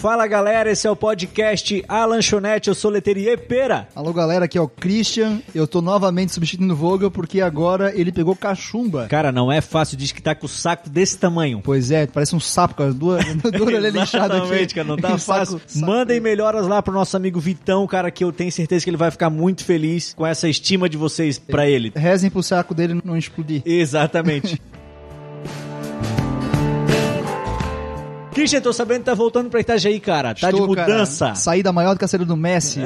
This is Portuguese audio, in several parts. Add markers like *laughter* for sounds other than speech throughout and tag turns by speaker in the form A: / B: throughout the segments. A: Fala galera, esse é o podcast A Lanchonete, eu sou Leterier Pera.
B: Alô galera, aqui é o Christian. Eu tô novamente substituindo o Vogel porque agora ele pegou cachumba.
A: Cara, não é fácil, diz que tá com o saco desse tamanho.
B: Pois é, parece um sapo com as duas, *laughs* duas orelhas lixadas
A: Exatamente,
B: aqui.
A: cara, não
B: *laughs*
A: tá
B: Um saco-
A: fácil.
B: saco.
A: Mandem melhoras lá pro nosso amigo Vitão, cara, que eu tenho certeza que ele vai ficar muito feliz com essa estima de vocês pra ele.
B: Rezem pro saco dele não explodir. *laughs*
A: Exatamente. Christian, tô sabendo que tá voltando pra Itajaí, cara. Tá de
B: Estou, cara,
A: mudança.
B: saída maior do que a saída
A: *laughs*
B: do Messi.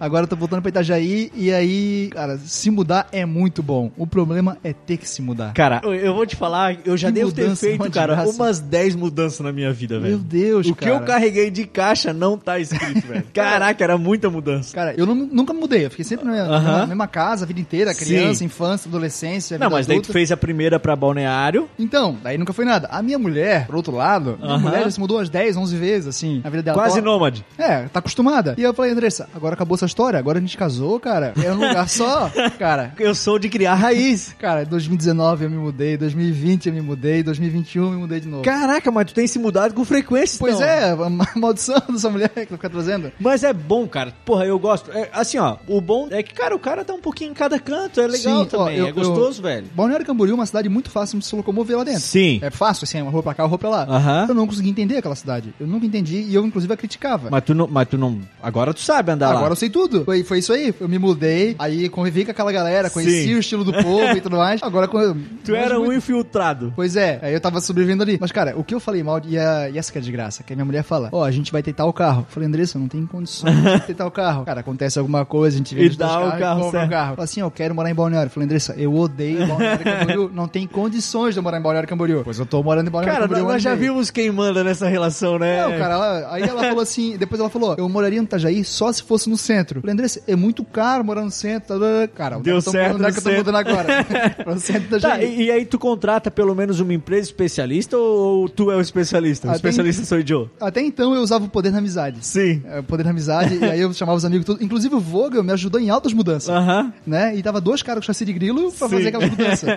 B: Agora eu tô voltando pra Itajaí e aí, cara, se mudar é muito bom. O problema é ter que se mudar.
A: Cara, eu, eu vou te falar, eu já
B: Que
A: devo ter
B: mudança,
A: feito,
B: uma
A: cara,
B: desgraça.
A: umas 10 mudanças na minha vida, velho.
B: Meu Deus,
A: O que eu
B: cara.
A: carreguei de caixa não tá escrito, velho. *laughs* Caraca, era muita mudança.
B: Cara, eu nu- nunca mudei. Eu fiquei sempre na minha-
A: Aham.
B: na mesma casa a vida inteira,
A: Sim.
B: criança, infância, adolescência.
A: Não,
B: vida
A: mas daí
B: adulta.
A: tu fez a primeira pra Balneário.
B: Então, daí nunca foi nada. A minha mulher, por outro lado, minha
A: Aham.
B: mulher já se mudou umas 10, 11 vezes, assim, na vida dela.
A: Quase
B: não.
A: nômade.
B: É, tá acostumada. E eu falei, Andressa, agora acabou essa história, agora a gente casou, cara. É um lugar
A: *laughs*
B: só, cara.
A: Eu sou de criar raiz.
B: Cara, 2019 eu me mudei, 2020 eu me mudei, 2021 eu me mudei de novo.
A: Caraca, mas tu tem se mudado com frequência,
B: pois
A: então.
B: é, a ma- maldição dessa mulher que eu ficar trazendo.
A: Mas é bom, cara. Porra, eu gosto. É, assim, ó, o bom é que, cara, o cara tá um pouquinho em cada canto. É legal
B: Sim, ó,
A: também.
B: eu-
A: é gostoso, velho.
B: Balneário Camboriú é uma cidade muito fácil de se locomover lá dentro.
A: Sim.
B: É fácil, assim, uma rua pra cá, uma rua pra lá.
A: Aham.
B: Eu não consegui entender aquela cidade. Eu nunca entendi e eu, inclusive, a criticava.
A: Mas tu não. Mas tu não. Agora tu sabe andar lá.
B: Agora eu sei tudo. Tá Foi, foi isso aí. Eu me mudei, aí convivi com aquela galera, conheci
A: Sim.
B: o estilo do povo e tudo mais. Agora quando.
A: Tu era um infiltrado.
B: Pois é, aí eu tava sobrevivendo ali. Mas, cara, o que eu falei mal, e, a, e essa que é de graça, que a minha mulher fala, ó, a gente vai tentar o carro. Eu falei, Andressa, não tem condições
A: *laughs*
B: de tentar o carro. Cara, acontece alguma coisa, a gente vende
A: E
B: os
A: dá
B: dois
A: o
B: carros
A: carro
B: e compra
A: certo.
B: o carro. Fala assim, ó, eu quero morar em Balneário. Eu falei, Andressa, eu odeio Balneário Camboriú, não tem condições de eu morar em Balneário Camboriú. Pois eu tô morando em Balneário
A: Cara, nós,
B: Camboriú. um
A: nós
B: ano e
A: já
B: meio.
A: vimos quem manda nessa relação, né?
B: Não, cara, ela- aí ela falou assim, depois ela falou, eu moraria no Itajaí só se fosse no centro. Eu Falei, Andressa, é muito caro morar no centro. tá, tá, tá. Cara,
A: Deu
B: eu tô
A: certo
B: mudando, onde é
A: no
B: que eu tô mudando agora. *laughs* Pro centro do
A: Tá,
B: Itajaí.
A: e, e aí tu contrata pelo menos uma empresa especialista ou, ou tu é o especialista? O
B: Ah, tem-
A: especialista sou eu.
B: Até então eu usava o poder da amizade.
A: Sim.
B: É, O poder da amizade, e aí eu chamava os amigos tudo. Inclusive o Vogel me ajudou em altas mudanças.
A: Aham.
B: Né? E tava dois caras com chassi de grilo pra
A: Ah. Sim.
B: fazer aquela mudança.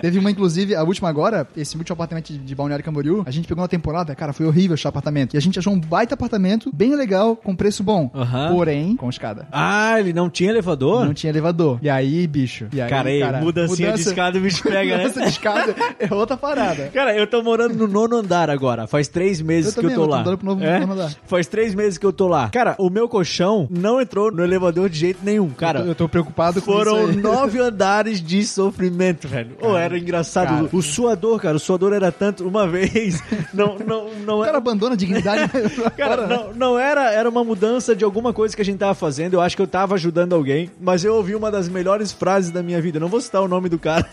A: *laughs*
B: Teve uma, inclusive, a última agora, esse último apartamento de- de Balneário Camboriú. A gente pegou uma temporada, cara, foi horrível achar apartamento. E a gente achou um baita apartamento, bem legal, com preço bom.
A: Aham.
B: Porém, com escada.
A: Ah, ele não tinha elevador?
B: Não tinha elevador. E aí, bicho. E aí,
A: cara, aí, mudancinha de escada o bicho pega, né?
B: Mudança de escada *laughs* é outra parada.
A: Cara, eu tô morando no nono andar agora. Faz três meses
B: Eu
A: que eu
B: também,
A: tô
B: eu tô
A: lá. É?
B: mudando pro novo- nono andar.
A: Faz três meses que eu tô lá. Cara, o meu colchão não entrou no elevador de jeito nenhum, cara.
B: eu, tô, eu tô preocupado com
A: Foram
B: isso. aí. *laughs*
A: nove andares de sofrimento, velho. Ô, era engraçado.
B: cara.
A: O suador, cara, o suador era tanto uma *laughs* vez. Não, não, não
B: O cara
A: era.
B: abandona
A: *laughs*
B: a dignidade. *laughs*
A: Cara, não, não era, era uma mudança de alguma coisa que a gente tava fazendo. Eu acho que eu tava ajudando alguém, mas eu ouvi uma das melhores frases da minha vida. Eu não vou citar o nome do
B: *laughs*
A: cara,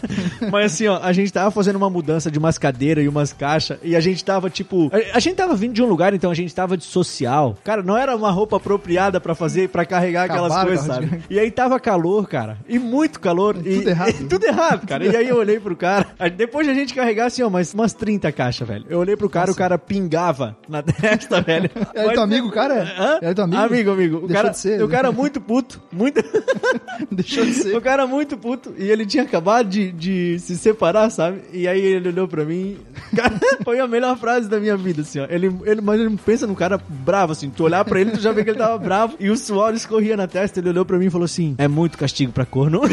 A: mas assim, ó, a gente tava fazendo uma mudança de umas cadeiras e umas caixas e a gente tava tipo, a, a gente tava vindo de um lugar, então a gente tava de social. Cara, não era uma roupa apropriada pra fazer, pra carregar aquelas
B: Acabaram
A: coisas,
B: com a
A: sabe? E aí tava calor, cara. E muito calor. e,
B: Tudo errado.
A: e tudo errado, cara. E aí eu olhei pro cara. aí Depois de a gente carregar, assim, ó, mas umas 30 caixas, velho. Eu olhei pro cara, o cara pingava na *laughs* testa, velho.
B: Era
A: Mas-
B: teu amigo, cara?
A: é, Hã?
B: Era teu amigo?
A: Amigo, amigo. O
B: Deixou
A: cara,
B: de ser,
A: o
B: né?
A: cara muito puto. Muito...
B: *laughs* Deixou
A: *laughs*
B: de
A: o
B: ser.
A: cara muito puto. E ele tinha acabado de, de se separar, sabe? E aí ele olhou pra mim. Cara, *laughs* foi a melhor frase da minha vida, assim, ó. Ele, ele, mas ele pensa num cara bravo, assim. Tu olhar pra ele, tu já vê que ele tava bravo. E o suor escorria na testa. Ele olhou pra mim e falou assim: É muito castigo pra corno. *laughs*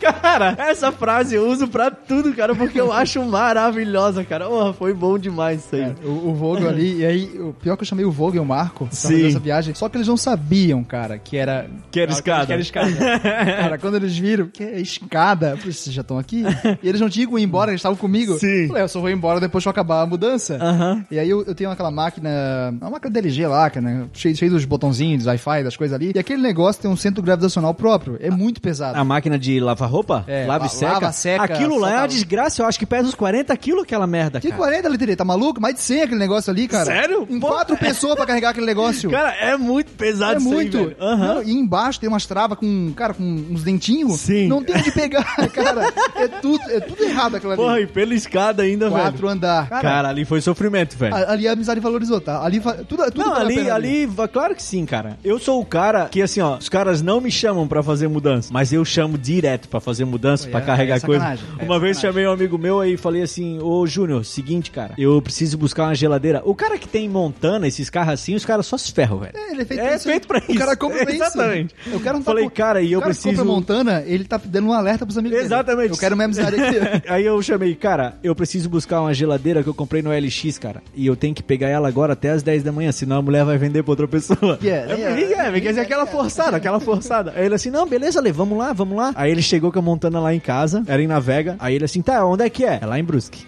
A: Cara, essa frase eu uso pra tudo, cara, porque eu acho maravilhosa, cara. Oh, foi bom demais isso aí.
B: Cara, o, o Vogel ali, e aí, o pior que eu chamei o Vogel e o Marco pra
A: Sim.
B: fazer essa viagem, só que eles não sabiam, cara, que era. Ah,
A: Que era escada.
B: Que era escada.
A: *laughs*
B: cara, quando eles viram que é escada, eu falei, vocês já estão aqui? E eles não tinham ido embora, eles estavam comigo.
A: Sim.
B: Eu Falei, eu só vou embora depois que eu acabar a mudança.
A: Aham.
B: E aí eu, eu tenho aquela máquina, é uma máquina DLG lá, cara, né? Cheio, cheio dos botãozinhos, dos Wi-Fi, das coisas ali. E aquele negócio tem um centro gravitacional próprio. É muito pesado.
A: A máquina de lavar roupa?
B: É,
A: lava e
B: la-
A: seca.
B: lava, seca,
A: Aquilo lá é uma
B: solta-
A: desgraça, eu acho que pesa uns 40 quilos aquela merda,
B: Que
A: cara.
B: 40 literia? Tá maluco? Mais de 100 aquele negócio ali, cara.
A: Sério?
B: Em
A: Pô,
B: quatro pessoas pra carregar aquele negócio.
A: Cara, é muito pesado
B: é
A: isso aí,
B: muito.
A: velho. Aham.
B: Não, e embaixo tem umas travas com, cara, com uns dentinhos.
A: Sim.
B: Não tem onde pegar, *laughs* cara. É tudo, é tudo errado aquilo ali.
A: Porra, e pela escada ainda,
B: Quatro
A: velho.
B: andar. Cara,
A: Cara, ali foi sofrimento, velho.
B: a- ali a amizade valorizou, tá? Ali fa- tudo, tudo
A: Não,
B: vale a
A: ali,
B: pena
A: ali, va- claro que sim, cara. Eu sou o cara que, assim, ó, os caras não me chamam pra fazer mudança, mas eu chamo direto. projeto, pra fazer mudança,
B: Pô,
A: pra
B: é-
A: carregar
B: é
A: coisa.
B: sacanagem, é
A: Uma vez
B: sacanagem.
A: chamei um amigo meu e falei assim: Ô Júnior, seguinte, cara, eu preciso buscar uma geladeira. O cara que tem Montana, esses carros assim, os caras só se ferram, velho.
B: É, ele é feito,
A: É
B: pra isso.
A: feito pra
B: O
A: isso. *laughs*
B: cara compra pra isso.
A: Exatamente.
B: Eu quero um
A: Falei, cara, e eu
B: o cara que
A: preciso-
B: compra Montana, ele tá dando um alerta pros amigos dele.
A: Exatamente.
B: Eu quero minha amizade
A: *laughs*
B: aqui.
A: Aí eu chamei, cara, eu preciso buscar uma geladeira que eu comprei no LX, cara. E eu tenho que pegar ela agora até as 10 da manhã, senão a mulher vai vender pra outra pessoa.
B: Yeah,
A: Eu
B: yeah,
A: falei, é, quer dizer, aquela forçada, aquela forçada. Aí ele assim, não, beleza, Lê, vamos lá, vamos lá. Aí ele chegou com a Montana lá em casa, era em Navega. Aí ele assim, tá, onde é que é? É lá em
B: *laughs*
A: Brusque.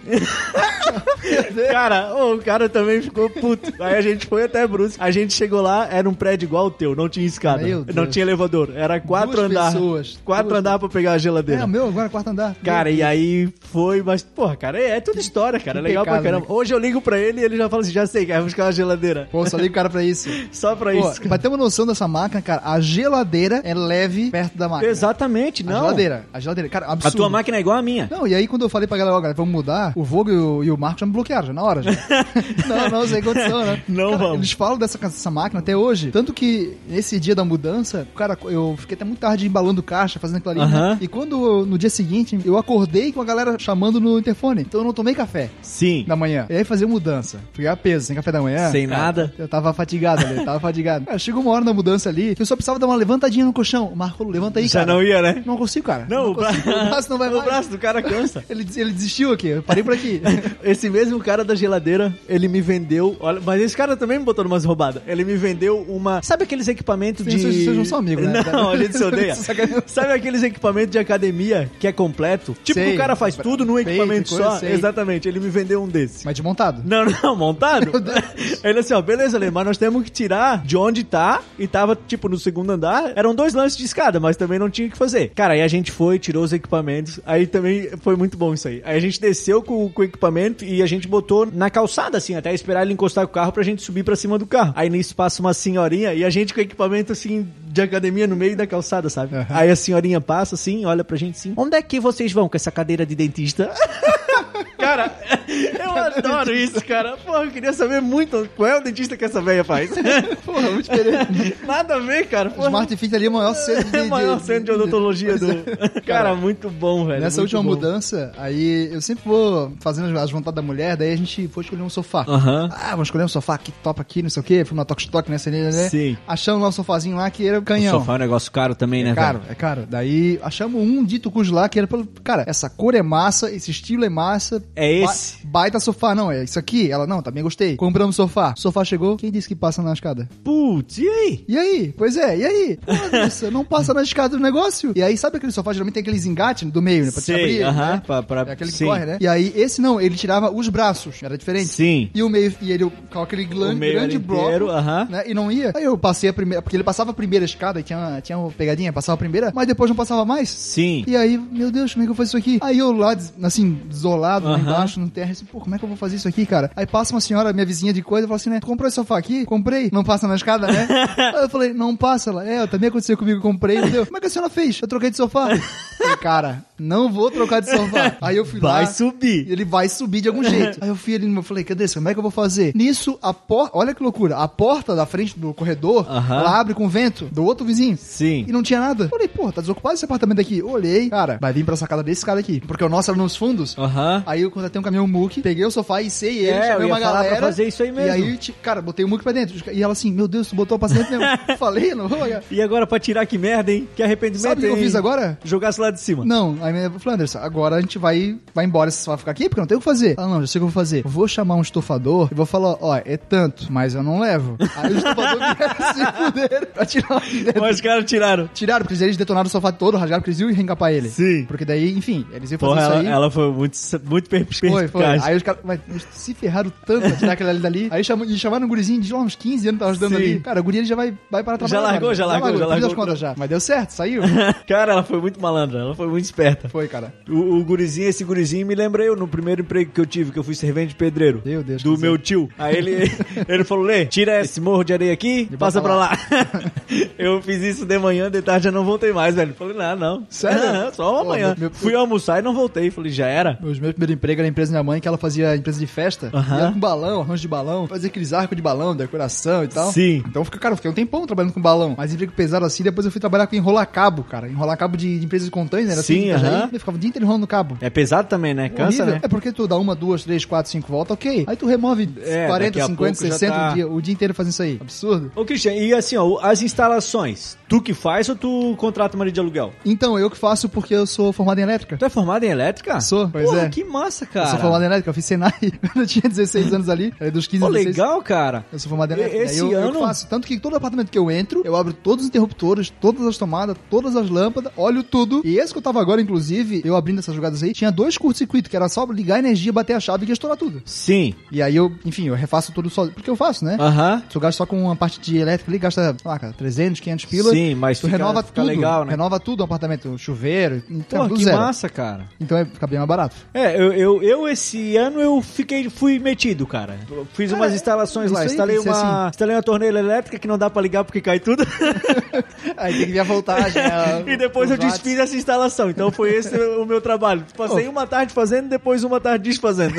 A: Cara, ô, o cara também ficou puto. Aí a gente foi até Brusque. A gente chegou lá, era um prédio igual o teu, não tinha escada.
B: Meu
A: Não
B: Deus.
A: tinha elevador. Era quatro
B: Duas
A: andares.
B: pessoas.
A: Quatro
B: Duas
A: andares pra pegar a geladeira.
B: É, o meu, agora quarto andar.
A: Cara, e aí foi, mas, porra, cara, é, é tudo história, cara. É
B: que
A: legal pra
B: pecado,
A: caramba. Hoje eu ligo pra ele e ele já fala assim: já sei, cara, vou buscar uma geladeira.
B: Pô, só liga o cara
A: *laughs*
B: pra isso.
A: Só pra
B: Pô,
A: É isso.
B: pra ter uma noção dessa máquina, cara, a geladeira é leve perto da máquina.
A: Exatamente,
B: A
A: não.
B: geladeira, a geladeira. Cara,
A: A
B: absurdo.
A: tua máquina é igual a minha.
B: Não, e aí quando eu falei pra galera, ó, galera, vamos mudar, o Vogue e o, e o Marco já me bloquearam, já
A: *laughs*
B: na hora. Já. não, não, sem condição, né?
A: Não
B: Cara,
A: vamos.
B: Eles falam dessa, dessa máquina até hoje. Tanto que nesse dia da mudança, cara, eu fiquei até muito tarde embalando caixa, fazendo aquilo ali.
A: Aham.
B: né? E quando no dia seguinte eu acordei com a galera chamando no interfone. Então eu não tomei café
A: Sim.
B: da manhã. E aí fazer mudança. Fui a peso, sem café da manhã.
A: Sem
B: Cara,
A: nada.
B: Eu tava fatigado ali,
A: *laughs*
B: tava fatigado. Cara, chegou uma hora na mudança ali, que eu só precisava dar uma levantadinha no colchão. O Marco, levanta aí,
A: já
B: cara.
A: não ia, né?
B: Não consigo, cara.
A: Não, o, bra-
B: consigo. O braço não
A: *laughs*
B: vai
A: o
B: mais.
A: braço do cara cansa.
B: Ele, des- ele desistiu aqui, eu parei por aqui.
A: *laughs* Esse mesmo cara da geladeira, ele me vendeu. Olha, mas esse cara também me botou numas roubadas. Ele me vendeu uma. Sabe aqueles equipamentos
B: Sim,
A: de.
B: vocês- vocês não são amigos, né?
A: Não, a gente se odeia. *laughs*
B: *laughs* Sacanagem.
A: Sabe aqueles equipamentos de academia que é completo? Tipo,
B: Sei.
A: o cara faz tudo num
B: Peito,
A: equipamento
B: coisa,
A: só.
B: sei.
A: Exatamente, ele me vendeu um desses.
B: Mas desmontado.
A: *laughs* Não, não, montado?
B: Meu Deus.
A: *laughs* Ele assim, ó, beleza, Lê, mas nós temos que tirar de onde tá. E tava, tipo, no segundo andar. Eram dois lances de escada, mas também não tinha o que fazer. Cara, aí a gente foi, tirou os equipamentos. Aí também foi muito bom isso aí. Aí a gente desceu com, com o equipamento e a gente botou na calçada, assim, até esperar ele encostar com o carro pra gente subir pra cima do carro. Aí nisso passa uma senhorinha e a gente com o equipamento, assim, de academia no meio da calçada, sabe?
B: Aham.
A: Aí a senhorinha passa, assim, olha pra gente, assim, onde é que vocês vão com essa cadeira de dentista? *laughs* Cara, eu adoro isso, cara. Porra, eu queria saber muito qual é o dentista que essa velha faz.
B: Porra, muito diferente.
A: Nada a ver, cara.
B: O
A: Porra.
B: *laughs* Smart Fit ali é o maior centro de...
A: É o maior
B: de-
A: centro de odontologia
B: *laughs*
A: do. *laughs* Cara, muito bom, velho.
B: Nessa
A: muito
B: última
A: bom.
B: mudança, aí eu sempre vou fazendo as- as vontades da mulher, daí a gente foi escolher um sofá.
A: Aham.
B: Ah, vamos escolher um sofá que topa aqui, não sei o quê. Fui uma toque-toque nessa ali, né?
A: Sim.
B: Achamos lá um sofazinho lá que era o canhão.
A: é um negócio caro também,
B: É caro, é caro. Daí achamos um dito cujo lá que era pelo. Cara, essa cor é massa, esse estilo é massa.
A: É esse?
B: Ba baita sofá, não, é isso aqui? Ela, não, também gostei. Compramos o sofá. O sofá chegou, quem disse que passa na escada?
A: Putz, e aí?
B: E aí? Pois é,
A: *laughs*
B: e aí? Pô, Anderson, não passa na escada do negócio? E aí, sabe aquele sofá? Geralmente tem aqueles engates do meio, né? Pra te abrir.
A: aham,
B: né?
A: pra- pra-
B: É aquele que
A: sim.
B: corre, né? E aí, esse não, ele tirava os braços, era diferente.
A: Sim.
B: E o meio, e ele com aquele glan-
A: O meio
B: grande
A: era
B: bloco,
A: inteiro, aham.
B: né? E não ia. Aí eu passei a primeira, porque ele passava a primeira escada, e tinha uma, tinha uma pegadinha, passava a primeira, mas depois não passava mais.
A: Sim.
B: E aí, meu Deus, como é que eu faço isso aqui? Aí eu lá, des- assim, desolado, lá
A: Aham.
B: embaixo, no terra, assim, pô, como é que eu vou fazer isso aqui, cara? Aí passa uma senhora, minha vizinha de coisa, e fala assim, né, tu comprou esse sofá aqui? Comprei. Não passa na
A: *laughs*
B: escada, né? aí eu falei, não passa. Ela, é, também aconteceu comigo, comprei, meu Deus. Como é que a senhora fez? Eu troquei de sofá. Eu falei, cara, não vou trocar de sofá. Aí eu fui lá...
A: Vai subir.
B: E ele vai
A: *laughs*
B: subir de algum
A: É.
B: jeito. Aí eu fui ali e falei, cadê isso? Como é que eu vou fazer? Nisso, a porta. Olha que loucura. A porta da frente do corredor,
A: Aham.
B: ela abre com o vento do outro vizinho.
A: Sim.
B: E não tinha nada. Falei, porra, tá desocupado esse apartamento aqui. Olhei, cara, vai vir pra sacada desse cara aqui. Porque o nosso era nos fundos.
A: Aham.
B: Aí eu contratei um caminhão Mook, peguei o sofá e sei ele,
A: É,
B: chamei
A: eu ia
B: uma
A: falar pra
B: galera.
A: fazer isso aí mesmo.
B: E aí, tipo, cara, botei o Mook pra dentro. E ela assim, meu Deus, tu botou o
A: *laughs*
B: paciente mesmo. Falei, não vou pagar.
A: E agora pra tirar que merda, hein? Que arrependimento,
B: Sabe o que eu
A: hein?
B: fiz agora?
A: Jogasse lá de cima.
B: Não, aí eu falei, Anderson, agora a gente vai, vai embora, você vai ficar aqui porque não tem o que fazer. Ah, não, já sei o que eu vou fazer. Eu Vou chamar um estofador e vou falar, ó, é tanto, mas eu não levo. Aí o *laughs* estofador quer se fuder pra tirar o dedo.
A: Mas os caras tiraram.
B: Tiraram, porque eles detonaram o sofá todo, rasgaram, porque eles iam reencapar ele.
A: Sim.
B: Porque daí, enfim, eles iam fazer
A: Porra,
B: isso
A: ela,
B: aí.
A: ela foi muito, muito perspicaz.
B: Foi, foi. Aí os caras mas eles se ferraram tanto pra tirar aquela ali dali. Aí chamam, e chamaram um gurizinho de lá uns 15 anos, tava ajudando
A: Sim.
B: ali. Cara, o guri ele já vai, vai para trabalhar.
A: largou,
B: cara.
A: já largou, já
B: fiz as
A: largou.
B: contas já. Mas deu certo, saiu.
A: *laughs* Cara, ela foi muito malandra, ela foi muito esperta.
B: Foi, cara.
A: O, o gurizinho, esse gurizinho, me lembra eu no primeiro emprego que eu tive, que eu fui servente de pedreiro.
B: Meu Deus,
A: Do
B: que
A: meu tio. Aí
B: *laughs*
A: ele, ele falou, Lê, tira esse morro de areia aqui e passa
B: bota
A: pra
B: lá."
A: lá. *laughs* eu fiz isso de manhã, de tarde, já não voltei mais, velho. Falei, não, não.
B: Sério?
A: Não, só
B: Pô,
A: amanhã.
B: meu- meu-
A: Fui almoçar e não voltei. Falei, já era?
B: Os meus primeiros empregos era a empresa da minha mãe, que ela fazia empresa de festa.
A: Aham.
B: E era com balão, arranjo de balão, fazia aqueles arcos de balão, decoração e tal.
A: Sim.
B: Então, fica- cara, eu fiquei um tempão trabalhando com balão. Mas emprego pesado assim, depois eu fui trabalhar com enrolar cabo, cara. Enrolar cabo de, de empresa de montanha, né? Era
A: Sim,
B: assim,
A: aham.
B: uh Ele ficava o dia inteiro rolando no cabo.
A: É pesado também, né? Cansa,
B: Horrível.
A: né?
B: É porque tu dá uma, duas, três, quatro, cinco voltas, ok. Aí tu remove
A: É,
B: 40,
A: daqui a
B: 50,
A: pouco já
B: 60
A: tá-
B: o, dia, o dia inteiro fazendo isso aí. Absurdo.
A: Ô, Christian, e assim, ó, as instalações, tu que faz ou tu contrata marido de aluguel?
B: Então, eu que faço porque eu sou formado em elétrica.
A: Tu é formado em elétrica?
B: Sou, pois
A: Porra,
B: é.
A: que massa,
B: Eu
A: cara.
B: sou formado em elétrica, eu fiz Senai *laughs* quando eu tinha 16 anos ali, era dos 15
A: Pô,
B: a 16.
A: legal, cara.
B: Eu sou formado em
A: E-
B: elétrica.
A: esse
B: eu, eu que
A: ano-
B: faço. Tanto que todo apartamento que eu entro, eu abro todos os interruptores, todas as tomadas, todas as lâmpadas, olho tudo. E esse que eu tava agora, inclusive, eu abrindo essas jogadas aí, tinha dois curto-circuito, que era só ligar a energia, bater a chave e que ia estourar tudo.
A: Sim.
B: E aí eu, enfim, eu refaço tudo só. Porque eu faço, né?
A: Aham.
B: Se eu gasto só com uma parte de elétrica ali, gasta, sei lá, cara, 300, 500 pila.
A: Sim, mas
B: tu
A: fica-
B: renova
A: fica
B: tudo.
A: legal, né?
B: Renova tudo o apartamento, o chuveiro, então,
A: Porra,
B: tudo
A: que
B: zero.
A: massa, cara.
B: Então é, fica bem mais barato.
A: É, eu, eu, eu esse ano eu fiquei, fui metido, cara. Eu Fiz
B: Cara,
A: umas instalações
B: isso
A: lá,
B: aí,
A: instalei
B: isso é
A: uma, instalei uma torneira elétrica que não dá pra ligar porque cai tudo.
B: Aí tem que ver a voltagem. *laughs* né?
A: *laughs* e depois
B: Os
A: eu
B: watts.
A: desfiz essa instalação. Então foi esse o meu trabalho. Passei uma tarde fazendo, depois uma tarde desfazendo.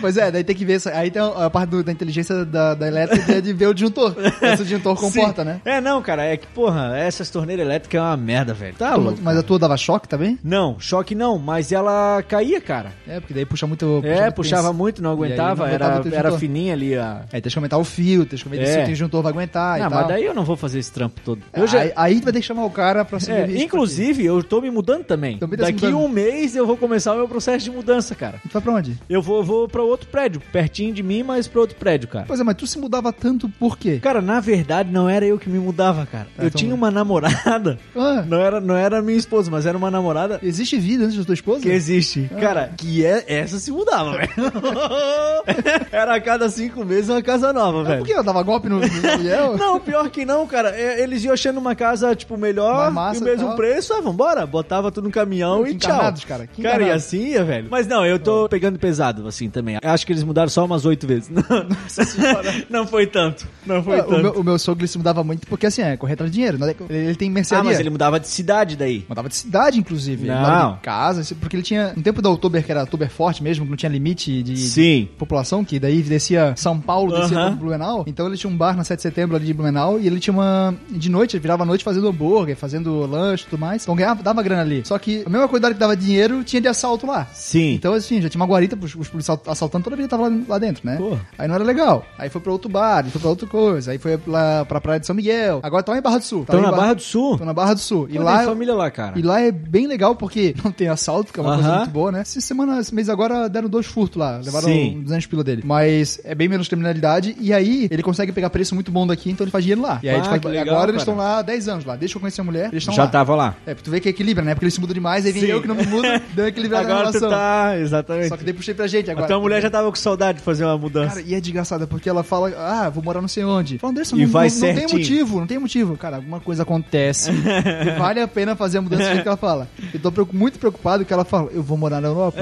B: Pois é, daí tem que ver. essa- Aí tem a a parte do- da inteligência da, da elétrica é de ver
A: *laughs*
B: o disjuntor. Se o disjuntor comporta,
A: Sim.
B: né?
A: É, não, cara, é que, porra, essas torneiras elétricas é uma merda, velho. Tá
B: Tu-
A: louco.
B: mas a tua dava choque também?
A: Não, choque não, mas ela caía, cara.
B: É, porque daí puxa muito. puxa
A: É,
B: muito
A: puxava
B: tenso.
A: muito, não
B: E aí
A: aguentava,
B: não aguentava o teu
A: era, era
B: disjuntor.
A: fininha ali a.
B: Aí tem que aumentar o fio, tem que aumentar
A: É.
B: se o disjuntor vai aguentar
A: Ah,
B: e tal.
A: mas daí eu não vou fazer esse trampo todo.
B: Eu
A: Eu já,
B: Aí, aí tu vai ter que chamar o cara pra
A: É,
B: subir.
A: inclusive, eu tô me mudando também.
B: Também tá se
A: Daqui
B: mudando.
A: um mês eu vou começar o meu processo de mudança, cara.
B: Tu vai pra onde?
A: Eu vou, vou pra outro prédio, pertinho de mim, mas pra outro prédio, cara.
B: Pois é, mas tu se mudava tanto por quê?
A: Cara, na verdade, não era eu que me mudava, cara.
B: Tá,
A: eu
B: então-
A: tinha uma namorada. *laughs*
B: Ah,
A: Não era, não era minha esposa, mas era uma namorada
B: existe vida antes da tua esposa?
A: que existe. Cara, que é, essa se mudava, velho. *laughs* era a cada cinco meses uma casa nova,
B: Mas
A: velho.
B: Por que ela dava golpe no, no aluguel?
A: *laughs* Não, pior que não, cara. É, Eles iam achando uma casa, tipo, melhor
B: Mais massa
A: e o
B: e
A: mesmo
B: tal.
A: preço. Ah, vambora. Botava tudo no caminhão
B: Que
A: e tchau.
B: encarnados, cara, que
A: Cara, e
B: encarnados.
A: assim ia, velho. Mas não, eu tô pegando pesado, assim, também. Acho que eles mudaram só umas oito vezes. *laughs* Não, não foi tanto. Não foi
B: Ah,
A: tanto.
B: o, meu, o meu sogro ele se mudava muito porque assim, é, correr atrás de dinheiro. né? Ele, ele tem mercearia.
A: Ah, mas ele mudava de cidade daí.
B: Mandava de cidade, inclusive. Ele
A: Não.
B: Mandava de casa, assim, porque ele tinha. No tempo da Oktober, que era Oktober forte mesmo, que não tinha limite de.
A: Sim.
B: de População, que daí descia São Paulo, descia
A: Aham.
B: pra Blumenau. Então ele tinha um bar na 7 de setembro ali de Blumenau e ele tinha uma. De noite, ele virava a noite fazendo hambúrguer, fazendo lanche e tudo mais. Então ganhava, dava grana ali. Só que a mesma quantidade que dava dinheiro tinha de assalto lá.
A: Sim.
B: Então, assim, já tinha uma guarita, os, os policiais assaltando toda a vida, tava lá, lá dentro, né?
A: Pô.
B: Aí não era legal. Aí foi pra outro bar, ele foi pra outra coisa, aí foi lá pra Praia de São Miguel. Agora tá lá em Barra do Sul.
A: Então
B: lá em
A: na Barra do Sul.
B: Tô na Barra do Sul. E
A: Pô,
B: lá,
A: tem família lá, cara.
B: e lá é bem legal porque *laughs* não tem assalto, que é uma coisa
A: Aham.
B: muito boa, né? Essa semana, esse mês agora, deram dois furtos lá. Levaram
A: Sim.
B: 200 pila dele. Mas é bem menos criminalidade. E aí, ele consegue pegar preço muito bom daqui, então ele faz dinheiro lá. E aí,
A: Ah,
B: tipo,
A: que
B: agora
A: legal,
B: eles
A: cara.
B: estão lá há 10 anos lá. Desde que eu conheci a mulher, eles estão
A: Já
B: lá.
A: tava lá.
B: É, porque tu vê que equilibra, né? Porque eles se mudam demais, aí vem
A: Sim.
B: eu que não me mudo,
A: *laughs*
B: deu um equilibrado na
A: Agora tu
B: relação.
A: tá. Exatamente.
B: Só que daí puxei pra gente agora.
A: Então a mulher já tava com saudade de fazer uma mudança.
B: Cara, e é desgraçada, porque ela fala, ah, vou morar não sei onde. Fala, Anderson,
A: E
B: não,
A: vai
B: não, não tem
A: certinho.
B: motivo, não tem motivo. Cara, alguma coisa acontece.
A: *laughs*
B: E vale a pena fazer a mudança do jeito que ela fala. Eu tô preocu- muito preocupado que ela fala, eu vou morar na Europa.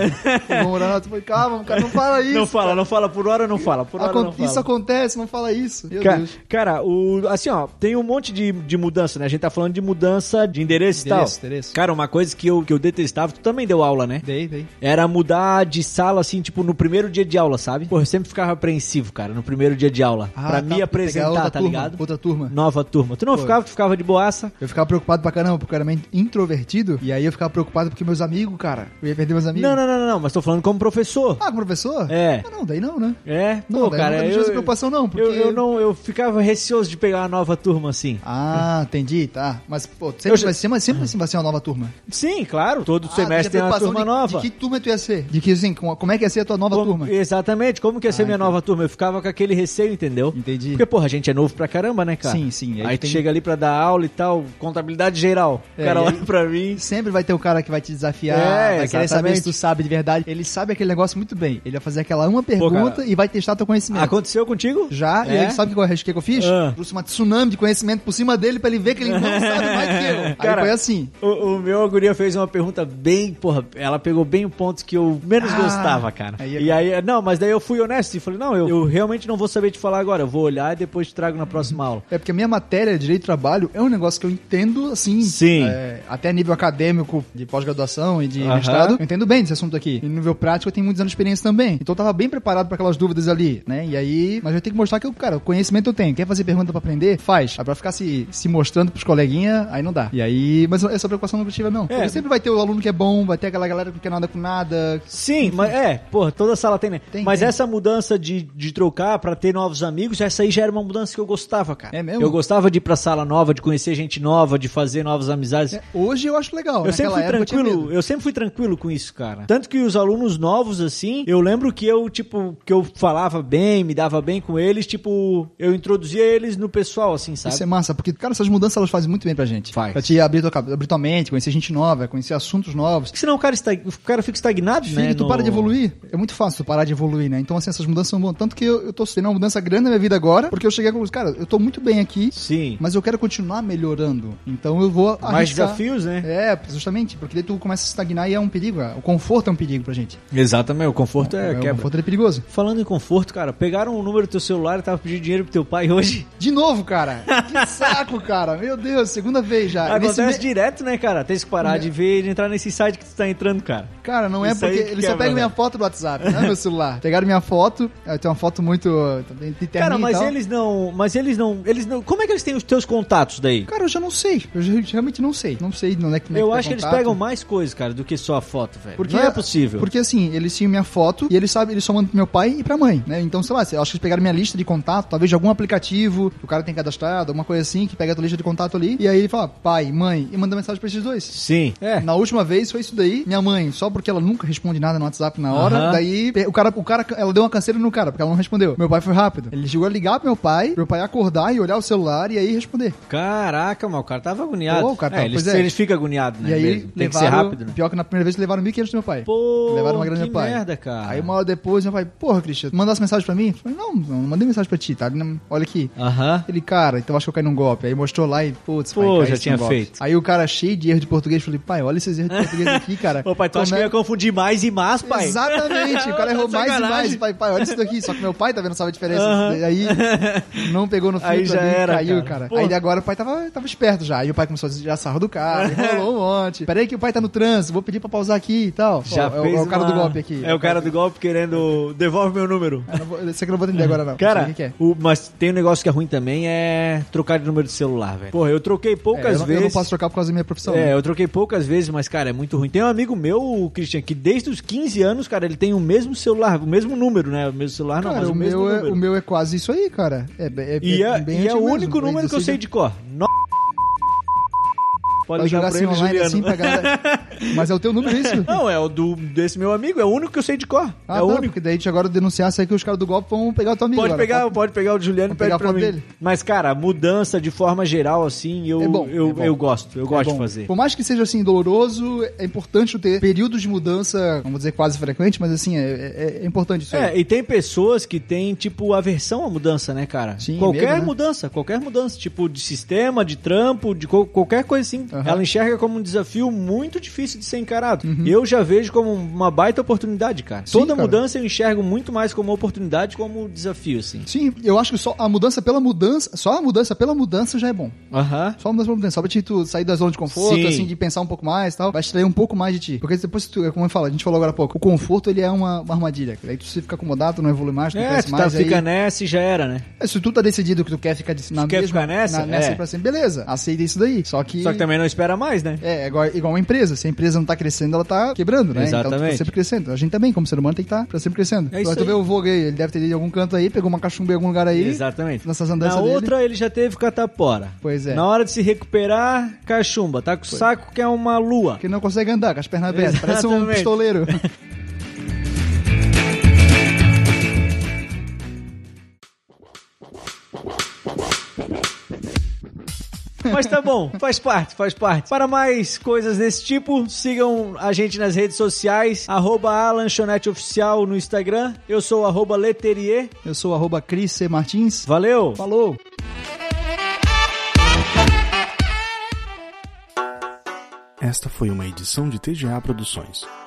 B: Eu vou morar na Europa. Eu falei, calma, cara,
A: *laughs*
B: não fala isso.
A: não fala, não fala. Por hora não fala. Por hora
B: Acon-
A: não fala.
B: Isso acontece, não fala isso. Meu
A: Ca-
B: Deus.
A: Cara, o, assim, ó, tem um monte de, de mudança, né? A gente tá falando de mudança de endereço e tal.
B: Endereço, endereço.
A: Cara, uma coisa que eu, que eu detestava, tu também deu aula, né?
B: Dei, dei.
A: Era mudar de sala, assim, tipo, no primeiro dia de aula, sabe? Pô, eu sempre ficava apreensivo, cara, no primeiro dia de aula.
B: Ah,
A: pra
B: tá,
A: me
B: pegar outra
A: apresentar, tá
B: turma,
A: ligado?
B: Outra turma.
A: Nova turma. Tu não
B: Pô.
A: ficava, tu ficava de boaça.
B: Eu ficava preocupado pra caramba, porque eu era meio introvertido. E aí eu ficava preocupado porque meus amigos, cara, eu ia perder meus amigos.
A: Não, não, não, não, não, mas tô falando como professor.
B: Ah, com o professor?
A: É.
B: Ah, não, daí não, né?
A: É,
B: Não,
A: pô,
B: daí eu
A: cara,
B: nunca tive
A: eu,
B: essa preocupação, não, porque-
A: eu, eu não, eu ficava receoso de pegar uma nova turma, assim.
B: Ah, entendi, tá. Mas, pô, sempre,
A: Eu já-
B: vai, ser, mas sempre assim, vai ser uma nova turma.
A: Sim, claro, todo
B: Ah,
A: semestre
B: tinha
A: tem uma
B: preocupação
A: turma
B: de-
A: nova.
B: De que turma tu ia ser? De que, assim, com- como é que ia ser a tua nova
A: Como-
B: turma?
A: Exatamente, como que ia ser
B: Ah,
A: minha
B: entendi.
A: nova turma? Eu ficava com aquele receio, entendeu?
B: Entendi.
A: Porque, porra, a gente é novo pra caramba, né, cara?
B: Sim, sim, aí
A: Aí tu
B: tem-
A: chega ali pra dar aula e tal, contabilidade geral.
B: É,
A: o cara
B: e
A: olha pra mim.
B: Sempre vai ter o cara que vai te desafiar,
A: É,
B: vai querer saber
A: exatamente.
B: se tu sabe de verdade. Ele sabe aquele negócio muito bem. Ele vai fazer aquela uma pergunta
A: cara.
B: e vai testar teu conhecimento.
A: Aconteceu contigo?
B: Já, e
A: É?
B: aí sabe o que eu arrisquei que eu fiz?
A: Ah.
B: Trouxe uma tsunami de conhecimento por cima dele pra ele ver que ele não sabe mais que eu.
A: *laughs* Cara,
B: aí foi assim.
A: O, o meu a guria fez uma pergunta bem, porra, ela pegou bem o ponto que eu menos
B: Ah,
A: gostava, cara.
B: aí é
A: e aí, não, mas daí eu fui honesto e falei, não, eu, eu realmente não vou saber te falar agora, eu vou olhar e depois te trago na próxima aula.
B: É porque a minha matéria, direito do trabalho, é um negócio que eu entendo, assim,
A: Sim.
B: é, até nível acadêmico, de pós-graduação e de
A: Aham.
B: mestrado, eu entendo bem desse assunto aqui. E no nível prático, eu tenho muitos anos de experiência também. Então eu tava bem preparado pra aquelas dúvidas ali, né? E aí, mas eu tenho que mostrar que, eu, cara, o conhecimento eu tenho. Quer fazer pergunta pra aprender? Faz. Agora ficar se, se mostrando pros coleguinhas, aí não dá. E aí, mas essa preocupação eu nunca alternativa, não.
A: É.
B: Porque sempre vai ter o aluno que é bom, vai ter aquela galera que não quer nada com nada.
A: Sim, mas é, porra, toda sala tem, né?
B: Uhum. Tem,
A: mas
B: tem.
A: essa mudança de, de trocar pra ter novos amigos, essa aí já era uma mudança que eu gostava, cara.
B: É mesmo?
A: Eu gostava de ir pra sala nova, de conhecer gente nova, de fazer novas amizades.
B: É, Hoje eu acho legal.
A: Eu sempre
B: Naquela
A: fui
B: época eu tinha
A: tranquilo,
B: medo.
A: eu, sempre fui tranquilo com isso, cara. Tanto que os alunos novos assim, eu lembro que eu tipo que eu falava bem, me dava bem com eles, tipo, eu introduzia eles no pessoal assim, sabe?
B: Isso é massa, porque, cara, essas mudanças elas fazem muito bem pra gente.
A: Faz.
B: Pra te abrir tua, cabe- abrir tua mente, conhecer gente nova, conhecer assuntos novos.
A: Porque senão o cara, estag- o cara fica estagnado,
B: Filho,
A: né?
B: tu
A: no-
B: para de evoluir. É muito fácil tu parar de evoluir, né? Então, assim, essas mudanças são boas. Tanto que eu, eu tô tendo uma mudança grande na minha vida agora, porque eu cheguei com. Cara, eu tô muito bem aqui,
A: Sim.
B: mas eu quero continuar melhorando. Então eu vou arriscar.
A: Mais desafios, né?
B: É, justamente, porque daí tu começa a se estagnar e é um perigo. é. O conforto é um perigo pra gente.
A: Exatamente, o conforto é,
B: o
A: quebra.
B: conforto é perigoso.
A: Falando em conforto, cara, pegaram o número do teu celular e tava pedindo dinheiro pro teu pai hoje.
B: De novo, cara. Que saco, cara. Meu Deus, segunda vez já.
A: Acontece
B: Ah, Nesse me-
A: direto, né, cara? Tem que parar de ver e de entrar nesse site que tu tá entrando, cara.
B: Cara, não é
A: Isso aí
B: porque
A: que
B: eles só
A: quebra,
B: pegam minha
A: né?
B: foto do WhatsApp, não é
A: *laughs*
B: meu celular. Pegaram minha foto, eu tenho uma foto muito uh, também de terninho
A: Cara,
B: e
A: mas
B: tal.
A: eles não. Mas eles não. Eles não. Como é que eles têm os teus contatos daí?
B: Cara, eu já não sei. Eu já- realmente não sei. Não sei de onde é que como é
A: Eu
B: tá
A: acho que eles
B: contato.
A: pegam mais coisas, cara, do que só a foto, velho. não é possível.
B: Porque assim, eles tinham minha foto e eles sabem, eles só mandam pro meu pai e pra mãe, né? Então, sei lá, eu acho que eles pegaram minha lista de contato, talvez de algum aplicativo que o cara tem cadastrado, alguma coisa assim, que pega a tua lista de contato ali, e aí ele fala, pai, mãe, e manda mensagem pra esses dois.
A: Sim. É.
B: Na última vez foi isso daí, minha mãe, só porque ela nunca responde nada no WhatsApp na hora,
A: Aham.
B: daí pe- o cara, o cara, ela deu uma canseira no cara, porque ela não respondeu. Meu pai foi rápido. Ele chegou a ligar pro meu pai, meu pai acordar e olhar o celular e aí responder.
A: Caraca, mano, o cara tava agoniado.
B: Pô, o
A: É,
B: cara tava-
A: eles,
B: pois é.
A: eles ficam agoniados, né?
B: e aí
A: mesmo. Tem que
B: levaram,
A: ser rápido, né?
B: pior que na primeira vez levaram 1.500 do meu pai.
A: Pô,
B: levaram uma grande
A: que
B: pai.
A: merda, cara.
B: Aí uma hora depois, meu pai, porra, Christian, tu mandasse mensagem pra mim? Eu falei, não, não, não mandei mensagem pra ti, tá? Não- Olha aqui.
A: Aham.
B: Ele, cara, então acho que eu caí num golpe. Aí mostrou lá e, putz, pai,
A: Pô,
B: caí
A: já
B: num
A: tinha
B: golpe.
A: feito.
B: Aí o cara cheio de erro de português, falei, pai, olha esses
A: *laughs*
B: erros de português aqui, cara.
A: Ô, pai, tu acha que
B: Como
A: eu
B: é-
A: ia confundir mais e mais, pai?
B: Exatamente, o cara
A: *laughs* Tá
B: errou
A: de
B: mais e
A: sacanagem.
B: mais. Pai, pai, olha isso daqui. Só que meu pai tá vendo, sabe a diferença.
A: Aham. *laughs*
B: Aí não pegou no filtro
A: Aí já
B: ali,
A: era,
B: caiu,
A: cara.
B: cara.
A: Pô.
B: Aí agora o pai tava, tava esperto já. Aí o pai começou a tirar sarro do
A: *laughs*
B: cara, enrolou um monte. Peraí que o pai tá no trânsito, vou pedir pra pausar aqui e tal. Pô,
A: Já
B: é, o-
A: fez
B: é o cara
A: uma-
B: do golpe aqui.
A: É o cara do golpe querendo. Devolve meu número.
B: Eu não vou- Esse aqui eu não vou atender agora, não. Não sei
A: Cara,
B: o que que é.
A: o- mas tem um negócio que é ruim também, é trocar de número de celular, velho. Porra, eu troquei
B: É,
A: poucas
B: eu, não, eu
A: vezes.
B: não posso trocar por causa da minha profissão.
A: É,
B: né?
A: eu troquei poucas vezes, mas, cara, é muito ruim. Tem um amigo meu, o Christian, que desde os 15 anos, cara, ele tem o mesmo celular, o mesmo número, né? O mesmo celular não,
B: Cara,
A: mas o,
B: o,
A: mesmo
B: meu é,
A: número.
B: o meu é quase isso aí, cara. É, be- é,
A: E é,
B: bem
A: e é o
B: antigo mesmo,
A: único
B: bem
A: número que eu
B: 16
A: sei de cor. No... Pode
B: Vai
A: ligar
B: jogar
A: pra
B: assim
A: ele,
B: online
A: Juliano.
B: assim pra galera. Mas é o teu número isso?
A: *laughs* Não, é o do, desse meu amigo, é o único que eu sei de cor.
B: Ah,
A: é
B: tá,
A: o único.
B: porque daí a gente agora denunciar, sai que os caras do golpe vão pegar o teu amigo.
A: Pode
B: agora. tá?
A: pegar, pode pegar o Juliano e
B: Vamos pegar
A: pede pra
B: a
A: mim.
B: foto dele?
A: Mas, cara, mudança de forma geral, assim, eu,
B: É bom,
A: eu,
B: é bom.
A: eu gosto. Eu
B: É
A: gosto
B: bom.
A: de fazer.
B: Por mais que seja assim doloroso, é importante tu ter períodos de mudança, vamos dizer quase frequente, mas assim, é, é- é importante isso aí.
A: É, e tem pessoas que têm, tipo, aversão à mudança, né, cara?
B: Sim,
A: qualquer
B: medo, né?
A: mudança, qualquer mudança, tipo, de sistema, de trampo, de co- qualquer coisa assim.
B: Aham.
A: Ela enxerga como um desafio muito difícil de ser encarado. Eu já vejo como uma baita oportunidade, cara.
B: Uhum. Sim,
A: Toda
B: cara.
A: mudança eu enxergo muito mais como oportunidade, como desafio, assim.
B: Sim, eu acho que só a mudança pela mudança, só a mudança pela mudança já é bom.
A: Aham.
B: Só a mudança pela mudança, só pra ti tu sair da zona de conforto,
A: Sim.
B: assim, de pensar um pouco mais e tal, vai extrair um pouco mais de ti. Porque depois tu, é como eu falo, a gente falou agora há pouco, o conforto ele é uma, uma armadilha. Aí tu se fica acomodado, tu não evolui mais, tu não
A: É,
B: cresce
A: tu tá,
B: mais. aí-
A: fica nessa e já era, né?
B: É, Se tu tá decidido que tu quer ficar de- na
A: quer
B: mesma-
A: ficar nessa?
B: na- nessa
A: É.
B: aí pra sempre, beleza, aceita isso daí. Só que.
A: Só que também não espera mais, né?
B: É, igual, igual uma empresa. Se a empresa não tá crescendo, ela tá quebrando, né? Então tu tá
A: Exatamente.
B: sempre crescendo. A gente também, como ser humano, tem que estar sempre crescendo.
A: É isso
B: Agora tu
A: aí.
B: vê o Vogue aí, ele deve ter ido em algum canto aí, pegou uma cachumba em algum lugar aí.
A: Exatamente.
B: Nessas andanças
A: Na
B: dele.
A: outra ele já teve catapora.
B: Pois é.
A: Na hora de se recuperar, cachumba. Tá com o saco que é uma lua.
B: Que não consegue andar, com as pernas abertas. Parece um
A: Exatamente.
B: pistoleiro.
A: Mas tá bom, faz parte, faz parte. Para mais coisas desse tipo, sigam a gente nas redes sociais, arroba a lanchonete oficial no Instagram. Eu sou o arroba Leterier.
B: Eu sou o arroba Cris C. Martins.
A: Valeu!
B: Falou!
C: Esta foi uma edição de TGA Produções.